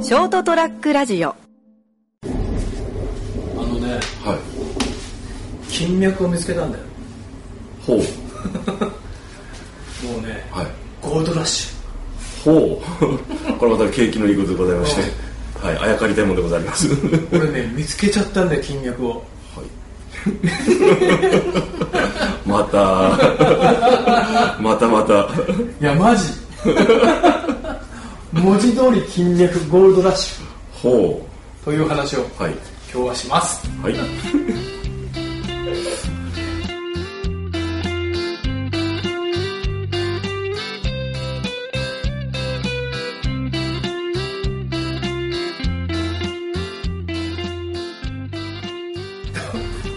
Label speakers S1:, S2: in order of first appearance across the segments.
S1: ショートトラックラジオ
S2: あのね
S3: はい。
S2: 金脈を見つけたんだよ
S3: ほう。
S2: もうね
S3: はい。
S2: ゴールドラッシ
S3: ほう。 これまた景気のいいことでございま して。はい。あやかりたいものでございます。 はい。
S2: ュ俺ね見つけちゃったんだよ金脈を
S3: ま た。またまた。
S2: いやマジ 文字通り金脈ゴールドラッシ
S3: ほ
S2: ュという話を
S3: う。はい。
S2: 今日はします
S3: はい。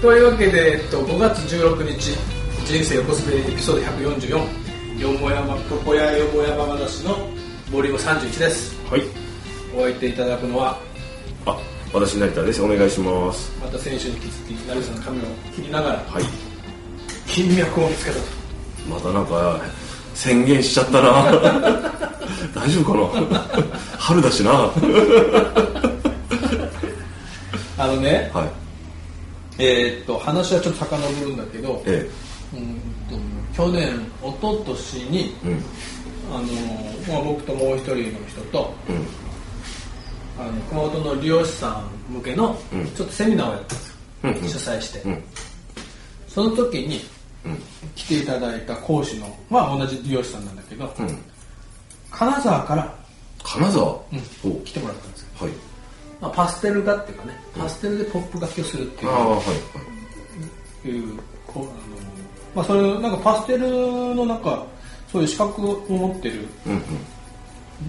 S2: というわけで、えっと、5月16日人生横滑りエピソード144よもやまここやよもやま話のボリューム31です
S3: はい。
S2: お相手いただくのは
S3: あ、私成田です。お願いします。
S2: また先週に引き続き成さんの髪を切りながら
S3: はい。
S2: 金脈を見つけたと
S3: またなんか、宣言しちゃった な。大丈夫か な春だしな。は
S2: あのね
S3: い。
S2: えーっと話はちょっと遡るんだけど、
S3: え
S2: うんと去年一昨年に
S3: え。うん。
S2: あの、まあ、僕ともう一人の人と
S3: うん。
S2: あの熊本の理容師さん向けの
S3: うん
S2: ちょっとセミナーをやったんですよ、
S3: うんうん
S2: 主催して、
S3: うん。
S2: その時に
S3: うん。
S2: 来ていただいた講師のまあ同じ理容師さんなんだけど、
S3: うん。
S2: 金沢から
S3: 金沢。うんほう。
S2: 来てもらったんですよ、
S3: はい。
S2: まあ、パステル画っていうかねパステルでポップ楽器をするってい
S3: あ
S2: う
S3: あ、はい。はい。
S2: いうこうあのまあそれなんかパステルのなんかそういう資格を持ってる
S3: うん。うん。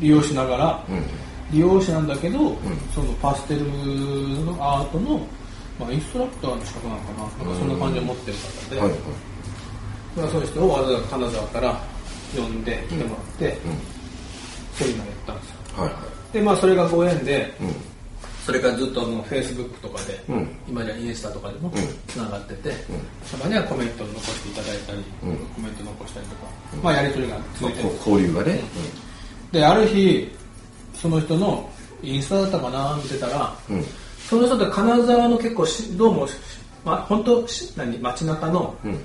S2: 利用しながら、
S3: うん。
S2: 利用者なんだけど、そのパステルのアートの、まあ、インストラクターの資格なのかななんかそんな感じを持ってる方で、
S3: はいはい。
S2: まあ、その人をわざわざ金沢から呼んで来てもらって、セミナーやったんですよ
S3: はいはい。
S2: でまあそれがご縁で、
S3: うん。
S2: それからずっともうフェイスブックとかで、
S3: うん
S2: 今じゃインスタとかでも
S3: ん
S2: つながってて、たまにはコメントを残していただいたり、
S3: うん
S2: コメント残したりとか、まあやり取りが続いてるんですけど
S3: こ交流がね。
S2: である日その人のインスタだったかな見てたら、
S3: うん。うん。
S2: その人って金沢の結構しどうも、しまあ、本当し何街中の
S3: うん。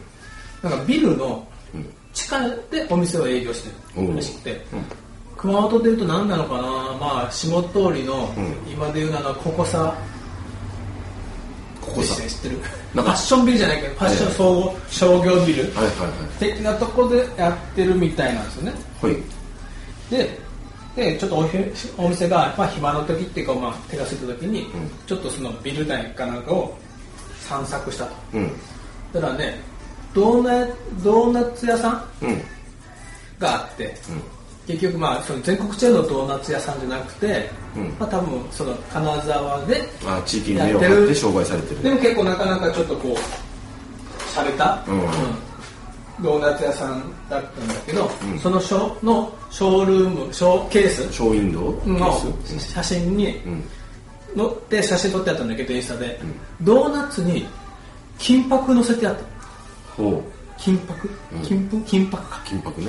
S2: なんかビルの
S3: うん。
S2: 地下でお店を営業して
S3: お
S2: る
S3: う
S2: らしくて、熊本でいうと何なのかなまあ下通りの、
S3: うん
S2: 今でいうならここさ
S3: ここさ
S2: 知。ってるフ
S3: な
S2: ァ
S3: んか
S2: ッションビルじゃないけどファッション総合商業ビル
S3: はいは
S2: 的なとこでやってるみたいなんですよね
S3: いはい。はい。
S2: ででちょっとおひお店が、まあ、暇の時っていうか、まあ、手が空いた時に、
S3: ん
S2: ちょっとそのビル内かなんかを散策したと
S3: うん。
S2: だからねドーナドーナツ屋さん
S3: うん。うん。
S2: があって、結局まあその全国チェーンのドーナツ屋さんじゃなくて、
S3: うん
S2: まあ、多分その金沢で
S3: ああ、地域に目を張って商売されて
S2: で
S3: る。
S2: も結構なかなかちょっとこう洒落た、
S3: うん
S2: ドーナツ屋さんだったんだけど、
S3: うん
S2: そのショーのショールームショーケース
S3: ショーウィンドウ
S2: の
S3: です
S2: 写真に
S3: うん。
S2: 載って写真撮ってあったんだけどインスタで、ドーナツに金箔載せてあった
S3: ほ
S2: 金箔
S3: うん
S2: 金粉金箔か
S3: う。金箔ね。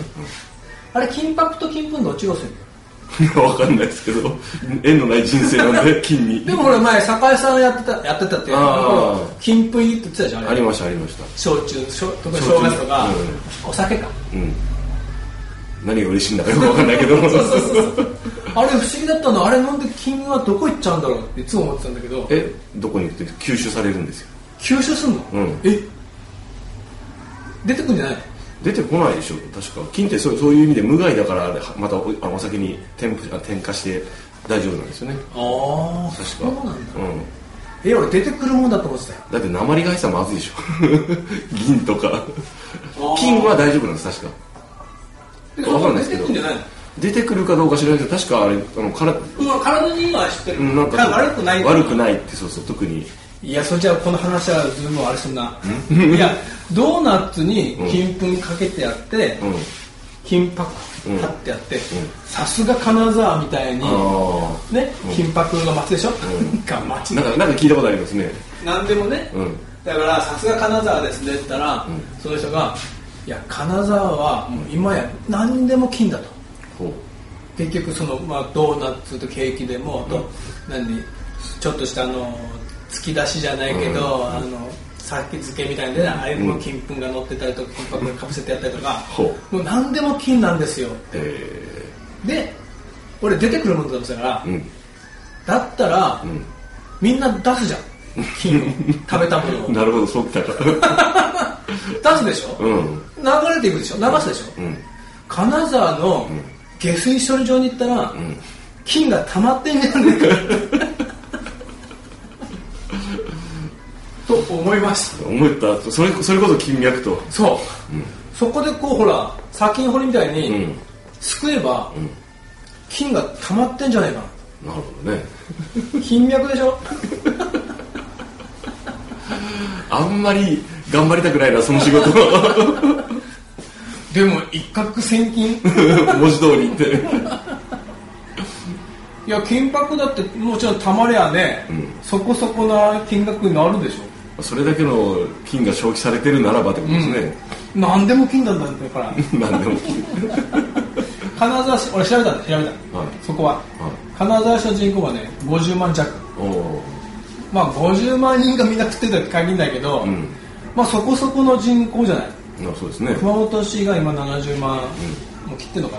S2: あれ金箔と金粉どっちが薄いの
S3: うん。 わかんないですけど、縁のない人生なん で、金に。
S2: でもほら前酒井さんやってたやってたっていう
S3: あー
S2: 金粉入りって言ってたじゃん
S3: あり
S2: れ
S3: ました、ありました。
S2: 焼酎焼特に正月とか、
S3: 焼
S2: お酒か
S3: うん。何が嬉しいんだかよくわかんないけ ど。
S2: そうそうそうそうあれ不思議だったのあれなんで金粉はどこ行っちゃうんだろうっていつも思ってたんだけど
S3: え、どこに行くと吸収されるんですよ。
S2: 吸収すんの、
S3: うん
S2: え出てくんじゃないの
S3: 出てこないでしょ確か金ってそうそういう意味で無害だからあれはまたおあのお酒に添付あ添加して大丈夫なんですよね
S2: ああ
S3: 確か
S2: そうなんだ
S3: うん、
S2: え俺出てくるもんだと思ってたよ
S3: だって鉛が入ってたらまずいでしょ 銀とか
S2: ー
S3: 金は大丈夫なんです確かわかんないですけど
S2: 出てくんじゃないの
S3: 出てくるかどうか知らないけど確かあれあのから、
S2: うわ体にいいのは知ってる、
S3: うん、なんか
S2: 体悪くない
S3: 悪くないってそうそう特に
S2: いやそれじゃあこの話はずいぶんあれすんないやドーナツに金粉かけてやって、
S3: うん
S2: 金箔
S3: うん
S2: 貼ってやって
S3: ん
S2: さすが金沢みたいに
S3: ああ
S2: ね金箔が街でしょ、
S3: ん
S2: が街
S3: なんかなんか聞いたことありますね
S2: なんでもね、
S3: うん
S2: だからさすが金沢ですねって言ったら、
S3: ん
S2: その人が「いや金沢はもう今や何でも金だ」と
S3: ほう
S2: 結局その、まあ、ドーナツとケーキでもあと、何ちょっとしたあの突き出しじゃないけど、あの先付けみたいなああいうのも金粉が乗ってたりとか金箔がかぶせてやったりとか、
S3: ほ
S2: もう何でも金なんですよ
S3: え
S2: で俺出てくるもんだと思ってたから、
S3: ーうん
S2: だったら、みんな出すじゃん 金を食べたものを
S3: なるほどそうきたか
S2: 出すでしょ、
S3: うん
S2: 流れていくでしょ流すでしょ、
S3: うん
S2: 金沢の下水処理場に行ったら、
S3: ん
S2: 金が溜まってんじゃねえか と思います
S3: 思ったそれそれこそ金脈と
S2: そう、そこでこうほら砂金掘りみたいに、
S3: うん
S2: すくえば、金が溜まってんじゃねえか
S3: なるほどね
S2: な金脈でし ょ
S3: あんまり頑張りたくないなその仕 事
S2: でも一攫千金
S3: 文字通りって
S2: いや金箔だってもちろんたまりゃね、そこそこな金額になるでしょ
S3: それだけの金が消費されてるならばってことですね、
S2: 何でも金なんだんだから
S3: 何でも金
S2: 金沢市俺調べたんだ調べた、
S3: はい
S2: そこは、
S3: い
S2: 金沢市の人口はね50万弱
S3: おお
S2: まあ50万人がみんな食ってたって限らないけど、
S3: ん
S2: まあそこそこの人口じゃない
S3: ーあそうですね
S2: 熊本市が今70万、もう切ってんのか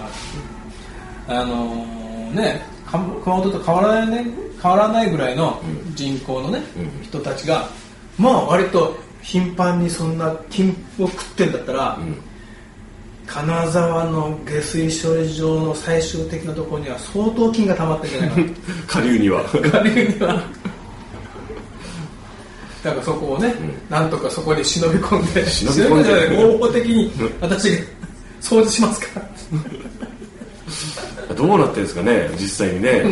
S2: な、あのーねか熊本と変わらないね変わらないぐらいの人口のね、
S3: うん
S2: 人たちがまあ割と頻繁にそんな金を食ってんだったら、
S3: ん
S2: 金沢の下水処理場の最終的なところには相当金が溜まってんじゃないか な
S3: 下流には
S2: 下流には だからそこをね、なんとかそこに忍び込んで
S3: 忍び込ん
S2: 忍び
S3: で
S2: じゃない合法的に私が掃除しますから
S3: どうなってるんですかね実際にね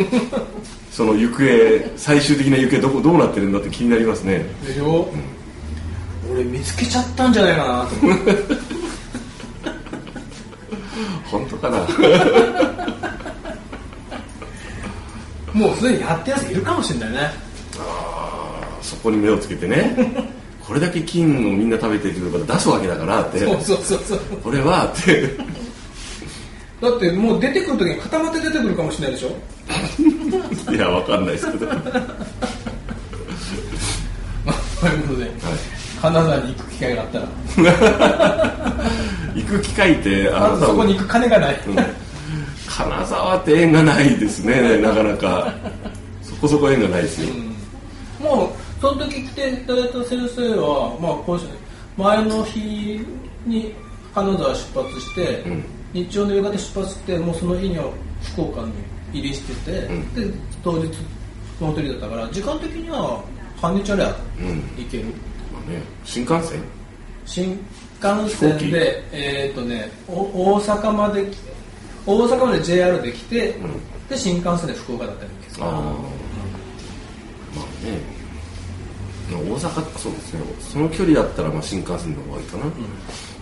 S3: その行方最終的な行方どこどうなってるんだって気になりますね
S2: でしょ、俺見つけちゃったんじゃないかなと思って
S3: 本当かな
S2: もうすでにやってるやついるかもしれないね
S3: そこに目をつけてねこれだけ金をみんな食べてるってことから出すわけだからって
S2: そうそうそうそう
S3: これはって
S2: だってもう出てくる時に固まって出てくるかもしれない でしょ
S3: いや、わかんないですけど。はい。
S2: まあということで金沢に行く機会があったら
S3: 行く機会って、あ
S2: まずそこに行く金がない、
S3: 多分うん金沢って縁がないですね、なかなか。そこそこ縁がないですよ。
S2: もうその時来ていただいた先生は、まあ、こうし前の日に金沢出発して、
S3: ん
S2: 日曜の夕方出発してもうその日には福岡に入りしてて、
S3: ん
S2: で当日その時だったから時間的には半日ありゃ
S3: うん
S2: 行ける、
S3: まあね、新幹線
S2: 新幹線
S3: 飛行機
S2: で、えーとね、お大阪まで来大阪まで JR で来て、で新幹線で福岡だったりです
S3: ああ。まあね。大阪、そうですね。その距離だったら、まあ新幹線の方がいいかな。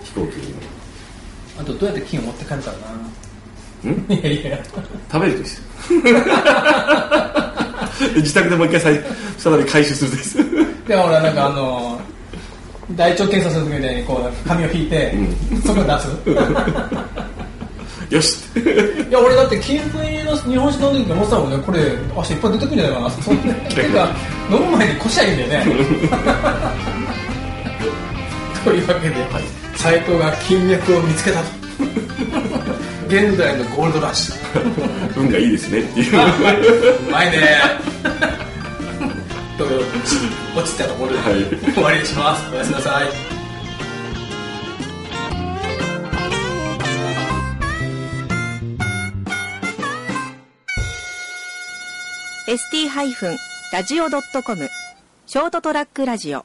S3: 飛行機よりも。
S2: あとどうやって金を持って帰るか
S3: ん
S2: ないやいや
S3: 食べるとですよ。自宅でもう一回さい再び回収するです。
S2: で俺はなんかあの大腸検査する時みたいにこうなんか紙を引いて、それを 出す
S3: よしって。
S2: いや俺だって金粉入りの日本酒飲んでるって思ってたもんねこれ足いっぱい出てくるんじゃないかなそんなてか飲む前にこしゃいいんだよね というわけで斎藤が金脈を見つけたと現代のゴールドラッシュ
S3: 運がいいですねっていう。
S2: うまい ねという落ちたところで、
S3: はい
S2: 終わりにしますおやすみなさい
S1: ST-radio.com ショートトラックラジオ